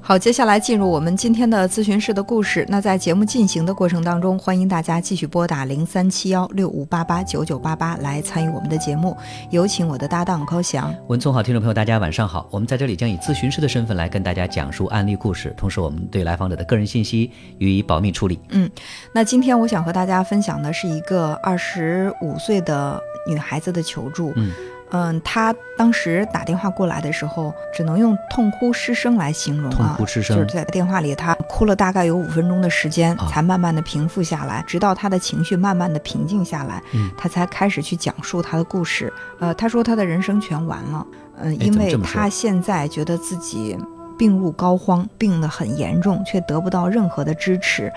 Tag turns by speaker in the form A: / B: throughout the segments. A: 好，接下来进入我们今天的咨询室的故事。那在节目进行的过程当中，欢迎大家继续拨打零三七幺六五八八九九八八来参与我们的节目。有请我的搭档高翔。
B: 文聪好，听众朋友，大家晚上好。我们在这里将以咨询师的身份来跟大家讲述案例故事，同时我们对来访者的个人信息予以保密处理。
A: 那今天我想和大家分享的是一个二十五岁的女孩子的求助。
B: 嗯
A: 嗯她当时打电话过来的时候，只能用痛哭失声来形容啊，
B: 痛哭失声
A: 就是在电话里她哭了大概有五分钟的时间
B: 啊，
A: 才慢慢的平复下来，直到她的情绪慢慢的平静下来，
B: 嗯
A: 她才开始去讲述她的故事。呃，她说她的人生全完了，嗯、
B: 哎怎
A: 因
B: 么
A: 为
B: 这么说
A: 她现在觉得自己。病入膏肓，病得很严重，却得不到任何的支持，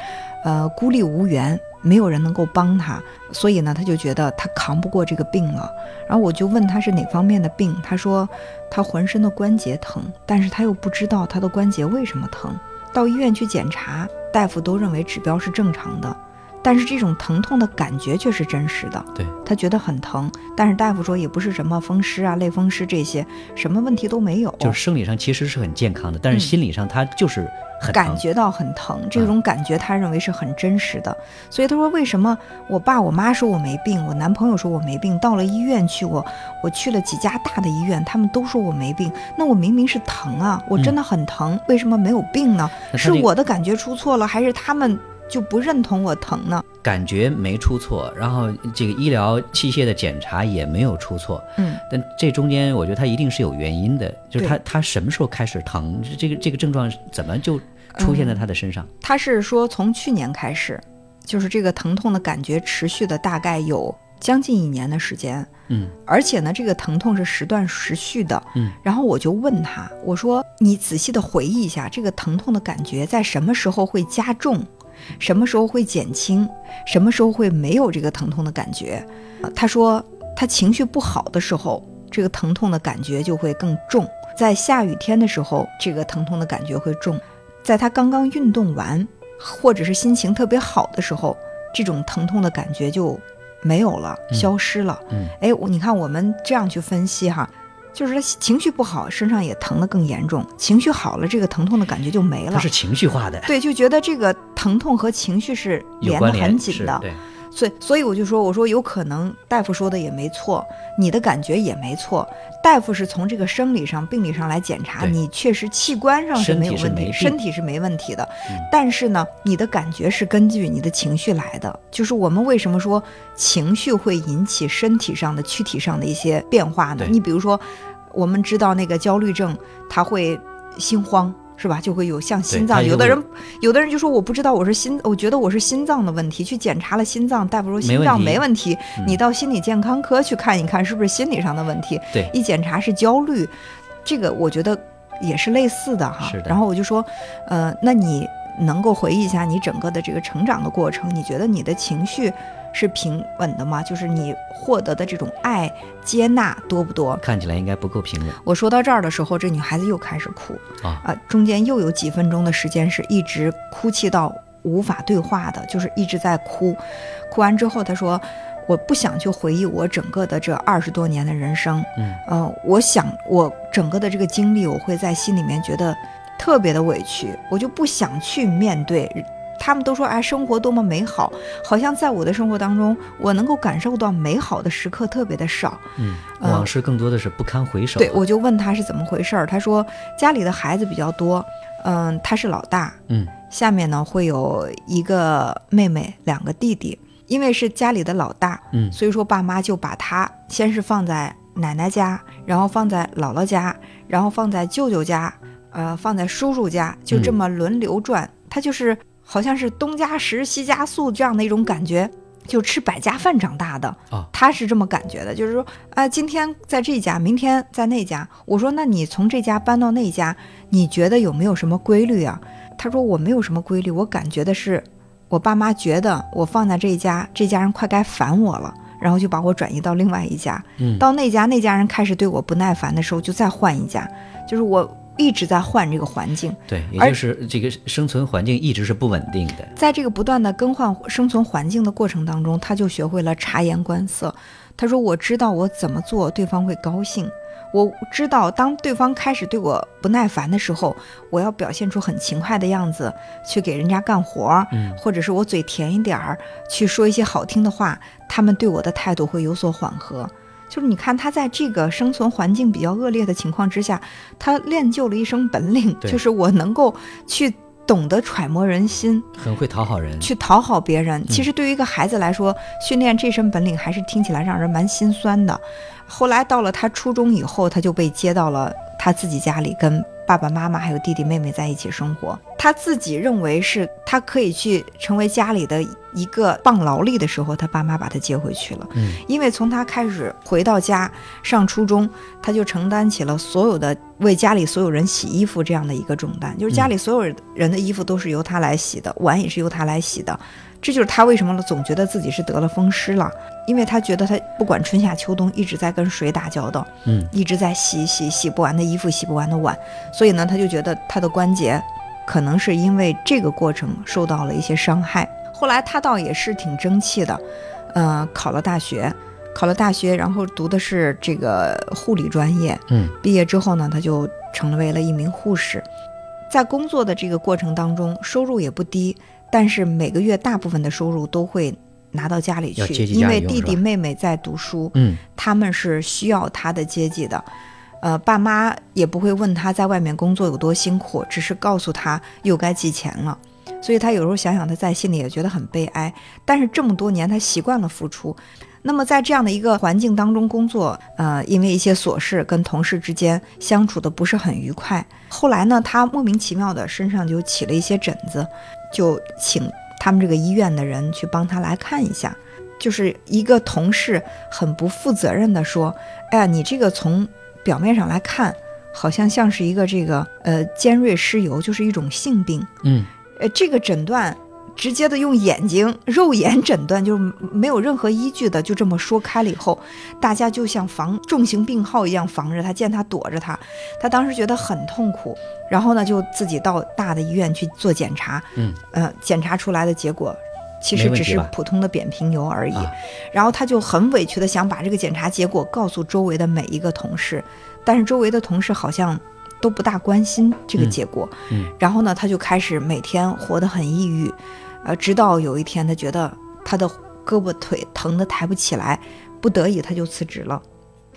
A: 呃，孤立无援，没有人能够帮他，所以呢，他就觉得他扛不过这个病了。然后我就问他是哪方面的病，他说他浑身的关节疼，但是他又不知道他的关节为什么疼。到医院去检查，大夫都认为指标是正常的，但是这种疼痛的感觉却是真实的。
B: 对，
A: 他觉得很疼，但是大夫说也不是什么风湿啊、类风湿这些，什么问题都没有，
B: 就是生理上其实是很健康的，但是
A: 嗯
B: 心理上他就是很
A: 感
B: 疼嗯
A: 觉到很疼，这种感觉他认为是很真实的。所以他说，为什么我爸我妈说我没病，我男朋友说我没病，到了医院去我我去了几家大的医院，他们都说我没病，那我明明是疼啊，我真的很疼，为什么没有病
B: 那
A: 呢？
B: 嗯他
A: 是
B: 这个
A: 我的感觉出错了，还是他们就不认同我疼呢？
B: 感觉没出错，然后这个医疗器械的检查也没有出错，
A: 嗯，
B: 但这中间我觉得他一定是有原因的，就是
A: 对
B: 他他什么时候开始疼，这个这个症状怎么就出
A: 嗯
B: 现在他的身上？
A: 他是说从去年开始，就是这个疼痛的感觉持续的大概有将近一年的时间。
B: 嗯，
A: 而且呢，这个疼痛是时断时续的。
B: 嗯，
A: 然后我就问他，我说你仔细的回忆一下，这个疼痛的感觉在什么时候会加重，什么时候会减轻，什么时候会没有这个疼痛的感觉？呃他说他情绪不好的时候，这个疼痛的感觉就会更重；在下雨天的时候，这个疼痛的感觉会重；在他刚刚运动完，或者是心情特别好的时候，这种疼痛的感觉就没有了，消失了。
B: 嗯
A: 哎，我你看我们这样去分析哈，就是他情绪不好，身上也疼得更严重；情绪好了，这个疼痛的感觉就没
B: 他
A: 了
B: 是。情绪化的，
A: 对，就觉得这个疼痛和情绪是
B: 有
A: 连得
B: 关联
A: 很紧
B: 是
A: 的，
B: 对，
A: 所以所以我就说，我说有可能大夫说的也没错，你的感觉也没错。大夫是从这个生理上、病理上来检查，
B: 对
A: 你确实器官上是
B: 身体
A: 没有
B: 是
A: 问
B: 没
A: 题，
B: 病
A: 身体是没问题的。
B: 嗯
A: 但是呢，你的感觉是根据你的情绪来的。就是我们为什么说情绪会引起身体上的、躯体上的一些变化呢
B: 对？
A: 你比如说，我们知道那个焦虑症，它会心慌。是吧？就会有像心
B: 它
A: 脏，
B: 就
A: 有的
B: 会
A: 人有的人就说我不知道我是心，我觉得我是心脏的问题，去检查了心脏，大夫说心脏
B: 没
A: 没
B: 问嗯
A: 问题，你到心理健康科去看一看是不是心理上的问题。
B: 对
A: 一检查是焦虑，这个我觉得也是类似的哈。
B: 是的
A: 然后我就说，呃，那你能够回忆一下你整个的这个成长的过程，你觉得你的情绪是平稳的吗？就是你获得的这种爱接纳多不多？
B: 看起来应该不够平稳。
A: 我说到这儿的时候，这女孩子又开始哭
B: 啊
A: 中间又有几分钟的时间是一直哭泣到无法对话的，就是一直在哭。哭完之后，她说：“我不想去回忆我整个的这二十多年的人生，
B: 嗯，
A: 呃，我想我整个的这个经历，我会在心里面觉得特别的委屈，我就不想去面对。”他们都说，哎，生活多么美好，好像在我的生活当中，我能够感受到美好的时刻特别的少。
B: 嗯，
A: 呃
B: 往事更多的是不堪回首。
A: 对，我就问他是怎么回事儿，他说家里的孩子比较多，嗯，他是老大，
B: 嗯，
A: 下面呢会有一个妹妹，两个弟弟，因为是家里的老大，
B: 嗯
A: 所以说爸妈就把他先是放在奶奶家，然后放在姥姥家，然后放在舅舅家，呃，放在叔叔家，就这
B: 嗯
A: 么轮流转，他就是好像是东家食西家宿这样的一种感觉。就吃百家饭长大的，
B: 哦
A: 他是这么感觉的，就是说，啊、今天在这家，明天在那家。我说，那你从这家搬到那家，你觉得有没有什么规律啊？他说我没有什么规律，我感觉的是，我爸妈觉得我放在这一家，这家人快该烦我了，然后就把我转移到另外一家。
B: 嗯
A: 到那家那家人开始对我不耐烦的时候，就再换一家，就是我一直在换这个环境，
B: 对，也
A: 而
B: 就是这个生存环境一直是不稳定的。
A: 在这个不断的更换生存环境的过程当中，他就学会了察言观色。他说：“我知道我怎么做对方会高兴，我知道当对方开始对我不耐烦的时候，我要表现出很勤快的样子去给人家干活儿，
B: 嗯
A: 或者是我嘴甜一点儿去说一些好听的话，他们对我的态度会有所缓和。”就是你看他在这个生存环境比较恶劣的情况之下，他练就了一身本领，
B: 对
A: 就是我能够去懂得揣摩人心，
B: 很会讨好人，嗯
A: 去讨好别人。其实对于一个孩子来说，训练这身本领还是听起来让人蛮心酸的。后来到了他初中以后，他就被接到了他自己家里，跟爸爸妈妈还有弟弟妹妹在一起生活。他自己认为是他可以去成为家里的一个棒劳力的时候，他爸妈把他接回去了。
B: 嗯，
A: 因为从他开始回到家上初中，他就承担起了所有的为家里所有人洗衣服这样的一个重担，就是家里所有人的衣服都是由他来洗的，碗也是由他来洗的。这就是他为什么总觉得自己是得了风湿了，因为他觉得他不管春夏秋冬一直在跟水打交道，
B: 嗯，
A: 一直在洗洗洗不完的衣服，洗不完的碗，所以呢，他就觉得他的关节可能是因为这个过程受到了一些伤害。后来他倒也是挺争气的，呃，考了大学，考了大学，然后读的是这个护理专业。
B: 嗯，
A: 毕业之后呢，他就成为了一名护士。在工作的这个过程当中，收入也不低，但是每个月大部分的收入都会拿到家里
B: 要
A: 去，
B: 接济家
A: 因为
B: 里用
A: 弟
B: 是
A: 弟
B: 吧
A: 妹妹在读书。
B: 嗯，
A: 他们是需要他的接济的。呃，爸妈也不会问他在外面工作有多辛苦，只是告诉他又该寄钱了。所以他有时候想想，他在心里也觉得很悲哀。但是这么多年，他习惯了付出。那么在这样的一个环境当中工作，呃，因为一些琐事跟同事之间相处的不是很愉快。后来呢，他莫名其妙的身上就起了一些疹子，就请他们这个医院的人去帮他来看一下。就是一个同事很不负责任的说：“哎呀，你这个从表面上来看，好像像是一个这个呃尖锐湿疣，就是一种性病。
B: 嗯，
A: 呃，这个诊断直接的用眼睛肉眼诊断，就是没有任何依据的，就这么说开了以后，大家就像防重型病号一样防着他，见他躲着他。他当时觉得很痛苦，然后呢就自己到大的医院去做检查，
B: 嗯，
A: 呃，检查出来的结果。其
B: 没
A: 实
B: 问
A: 只
B: 题
A: 是
B: 吧
A: 普通的扁平疣而已，
B: 啊
A: 然后他就很委屈的想把这个检查结果告诉周围的每一个同事，但是周围的同事好像都不大关心这个
B: 嗯
A: 结果。
B: 嗯
A: 然后呢，他就开始每天活得很抑郁，呃，直到有一天他觉得他的胳膊腿疼得抬不起来，不得已他就辞职了。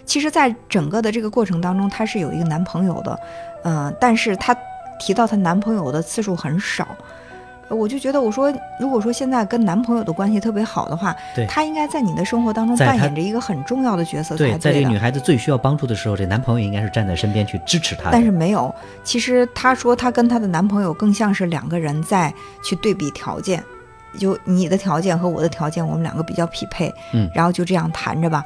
A: 其实，在整个的这个过程当中，她是有一个男朋友的，嗯、但是她提到她男朋友的次数很少。呃我就觉得，我说，如果说现在跟男朋友的关系特别好的话
B: 对，
A: 她应该在你的生活当中
B: 在
A: 扮
B: 她
A: 演着一个很重要的角色才
B: 对，在这
A: 的
B: 个女孩子最需要帮助的时候，这男朋友应该是站在身边去支持她的。
A: 但是没有。其实她说她跟她的男朋友更像是两个人在去对比条件，就你的条件和我的条件，我们两个比较匹配，
B: 嗯
A: 然后就这样谈着吧。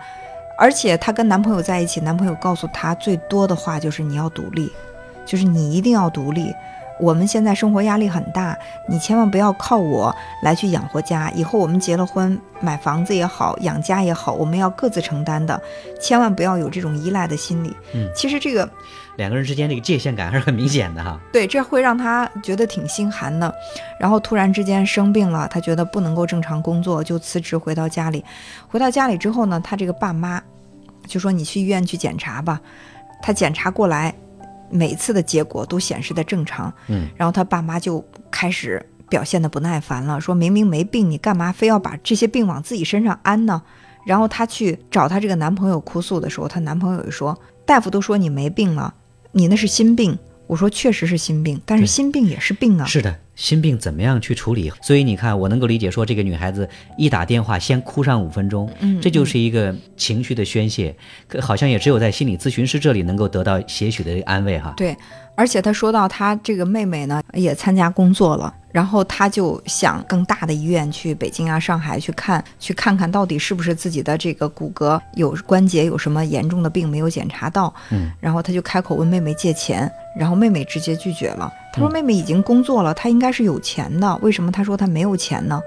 A: 而且她跟男朋友在一起，男朋友告诉她最多的话就是你要独立，就是你一定要独立。我们现在生活压力很大，你千万不要靠我来去养活家。以后我们结了婚，买房子也好，养家也好，我们要各自承担的，千万不要有这种依赖的心理。
B: 嗯
A: 其实这个
B: 两个人之间这个界限感还是很明显的哈。
A: 对，这会让他觉得挺心寒的。然后突然之间生病了，他觉得不能够正常工作，就辞职回到家里。回到家里之后呢，他这个爸妈就说：“你去医院去检查吧。”他检查过来，每次的结果都显示的正常。
B: 嗯，
A: 然后他爸妈就开始表现的不耐烦了，说明明没病，你干嘛非要把这些病往自己身上安呢？然后她去找她这个男朋友哭诉的时候，她男朋友也说，大夫都说你没病了，你那是心病。我说确实是心病，但是
B: 对
A: 心病也是病啊。
B: 是的，心病怎么样去处理？所以你看，我能够理解说，这个女孩子一打电话先哭上五分钟，
A: 嗯
B: 这就是一个情绪的宣泄，可好像也只有在心理咨询师这里能够得到些许的安慰哈。
A: 对，而且她说到她这个妹妹呢也参加工作了，然后她就想更大的医院去北京啊、上海去看，去看看到底是不是自己的这个骨骼有关节有什么严重的病没有检查到。
B: 嗯，
A: 然后她就开口问妹妹借钱，然后妹妹直接
B: 嗯
A: 拒绝了。她说妹妹已经工作了，她应该是有钱的，为什么她说她没有钱呢？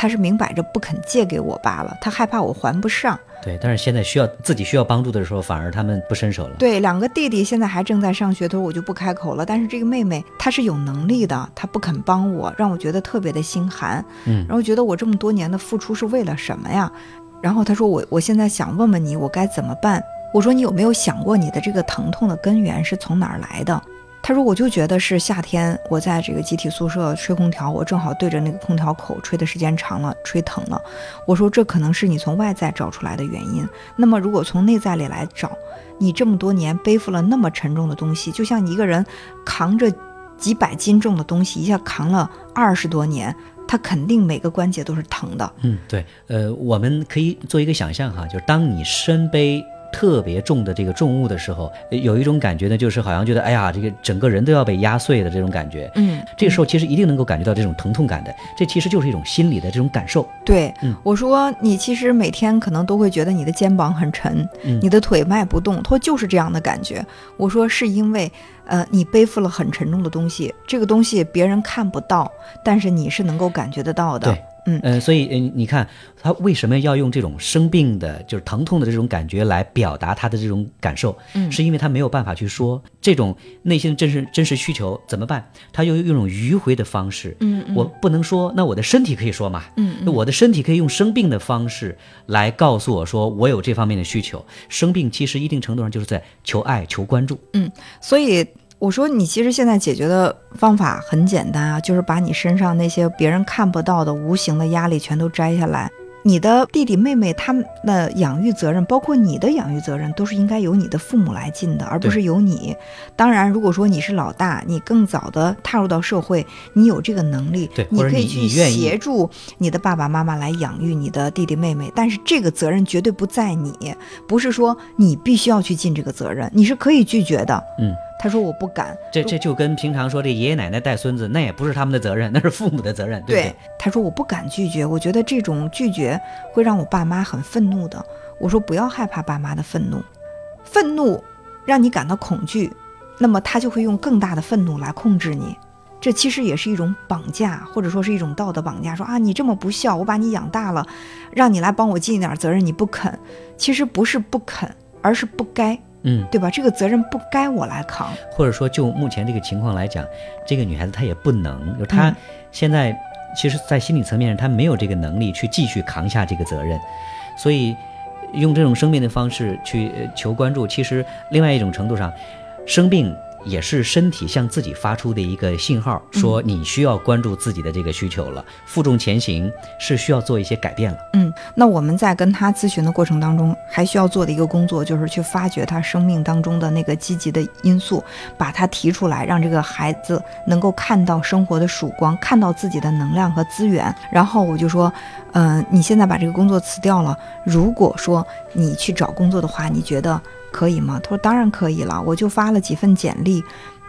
A: 他是明摆着不肯借给我爸了，他害怕我还不上。
B: 对，但是现在需要自己需要帮助的时候，反而他们不伸手了。
A: 对，两个弟弟现在还正在上学，他说我就不开口了。但是这个妹妹她是有能力的，她不肯帮我，让我觉得特别的心寒。
B: 嗯
A: 然后觉得我这么多年的付出是为了什么呀？然后她说我我现在想问问你，我该怎么办？我说你有没有想过你的这个疼痛的根源是从哪儿来的？她说我就觉得是夏天我在这个集体宿舍吹空调，我正好对着那个空调口吹的时间长了，吹疼了。我说这可能是你从外在找出来的原因。那么如果从内在里来找，你这么多年背负了那么沉重的东西，就像一个人扛着几百斤重的东西，一下扛了二十多年，他肯定每个关节都是疼的。
B: 嗯，对，呃，我们可以做一个想象哈，就是当你身背特别重的这个重物的时候，呃有一种感觉呢，就是好像觉得哎呀，这个整个人都要被压碎的这种感觉。
A: 嗯，
B: 这个时候其实一定能够感觉到这种疼痛感的，这其实就是一种心理的这种感受。
A: 对，
B: 嗯
A: 我说你其实每天可能都会觉得你的肩膀很沉，
B: 嗯
A: 你的腿迈不动，他说就是这样的感觉。我说是因为，呃，你背负了很沉重的东西，这个东西别人看不到，但是你是能够感觉得到的
B: 对。
A: 嗯，
B: 呃，所以呃，你看他为什么要用这种生病的，就是疼痛的这种感觉来表达他的这种感受，
A: 嗯
B: 是因为他没有办法去说这种内心的真实真实需求怎么办？他又用一种迂回的方式，
A: 嗯嗯
B: 我不能说，那我的身体可以说嘛，
A: 嗯
B: 那我的身体可以用生病的方式来告诉我说我有这方面的需求。生病其实一定程度上就是在求爱、求关注。
A: 所以我说，你其实现在解决的方法很简单啊，就是把你身上那些别人看不到的无形的压力全都摘下来。你的弟弟妹妹他们的养育责任，包括你的养育责任，都是应该由你的父母来尽的，而不
B: 对
A: 是由你。当然，如果说你是老大，你更早的踏入到社会，你有这个能力
B: 对，
A: 你
B: 或者
A: 可以
B: 你
A: 去
B: 你愿意
A: 协助你的爸爸妈妈来养育你的弟弟妹妹。但是这个责任绝对不在你，不是说你必须要去尽这个责任，你是可以拒绝的。
B: 嗯，
A: 他说我不敢。
B: 这这就跟平常说这爷爷奶奶带孙子，那也不是他们的责任，那是父母的责任，对不对？
A: 他说我不敢拒绝，我觉得这种拒绝会让我爸妈很愤怒的。我说不要害怕爸妈的愤怒，愤怒让你感到恐惧，那么他就会用更大的愤怒来控制你。这其实也是一种绑架，或者说是一种道德绑架。说啊，你这么不孝，我把你养大了，让你来帮我尽一点责任，你不肯。其实不是不肯，而是不该，
B: 嗯，
A: 对吧？这个责任不该我来扛。
B: 或者说就目前这个情况来讲，这个女孩子她也不能，就是她
A: 嗯
B: 现在其实，在心理层面上，她没有这个能力去继续扛下这个责任，所以用这种生病的方式去呃求关注，其实另外一种程度上，生病。也是身体向自己发出的一个信号，说你需要关注自己的这个需求了，负重前行是需要做一些改变了。
A: 嗯，那我们在跟他咨询的过程当中，还需要做的一个工作，就是去发掘他生命当中的那个积极的因素，把它提出来，让这个孩子能够看到生活的曙光，看到自己的能量和资源。然后我就说，嗯、你现在把这个工作辞掉了，如果说你去找工作的话，你觉得可以吗？他说当然可以了，我就发了几份简历。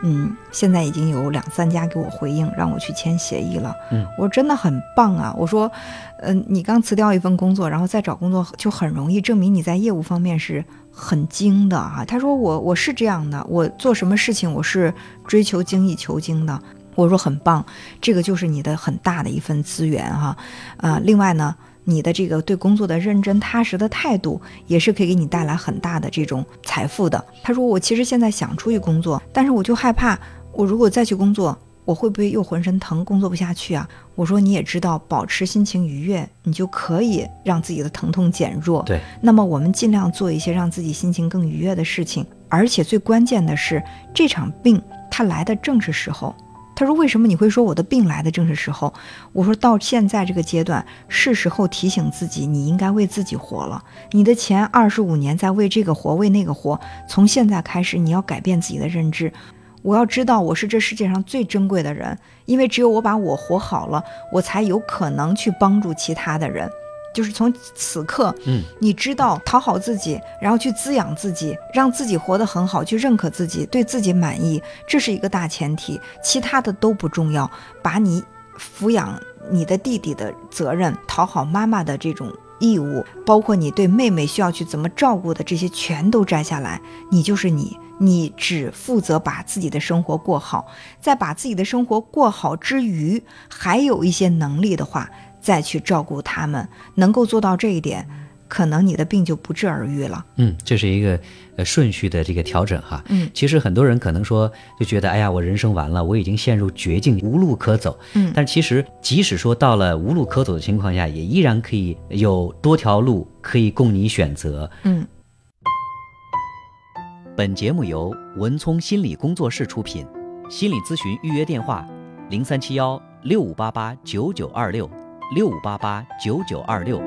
A: 嗯，现在已经有两三家给我回应，让我去签协议了。
B: 嗯，
A: 我说真的很棒啊！我说，嗯，你刚辞掉一份工作，然后再找工作就很容易，证明你在业务方面是很精的啊。他说我我是这样的，我做什么事情我是追求精益求精的。我说很棒，这个就是你的很大的一份资源哈、啊。另外呢，你的这个对工作的认真踏实的态度，也是可以给你带来很大的这种财富的。他说我其实现在想出去工作，但是我就害怕，我如果再去工作，我会不会又浑身疼，工作不下去啊？我说你也知道，保持心情愉悦，你就可以让自己的疼痛减弱。
B: 对，
A: 那么我们尽量做一些让自己心情更愉悦的事情，而且最关键的是，这场病它来的正是时候。他说：“为什么你会说我的病来的正是时候？”我说：“到现在这个阶段，是时候提醒自己，你应该为自己活了。你的前二十五年在为这个活，为那个活，从现在开始，你要改变自己的认知。我要知道我是这世界上最珍贵的人，因为只有我把我活好了，我才有可能去帮助其他的人。就是从此刻，
B: 嗯，
A: 你知道讨好自己，然后去滋养自己，让自己活得很好，去认可自己，对自己满意，这是一个大前提，其他的都不重要。把你抚养你的弟弟的责任，讨好妈妈的这种义务，包括你对妹妹需要去怎么照顾的这些，全都摘下来，你就是你。你只负责把自己的生活过好，在把自己的生活过好之余，还有一些能力的话，再去照顾他们。能够做到这一点，可能你的病就不治而愈了。
B: 嗯，这是一个呃顺序的这个调整哈。
A: 嗯，
B: 其实很多人可能说就觉得，哎呀，我人生完了，我已经陷入绝境，无路可走。
A: 嗯
B: 但其实即使说到了无路可走的情况下，也依然可以有多条路可以供你选择。
A: 嗯，
B: 本节目由文聪心理工作室出品，心理咨询预约电话：零三七幺六五八八九九二六六五八八九九二六。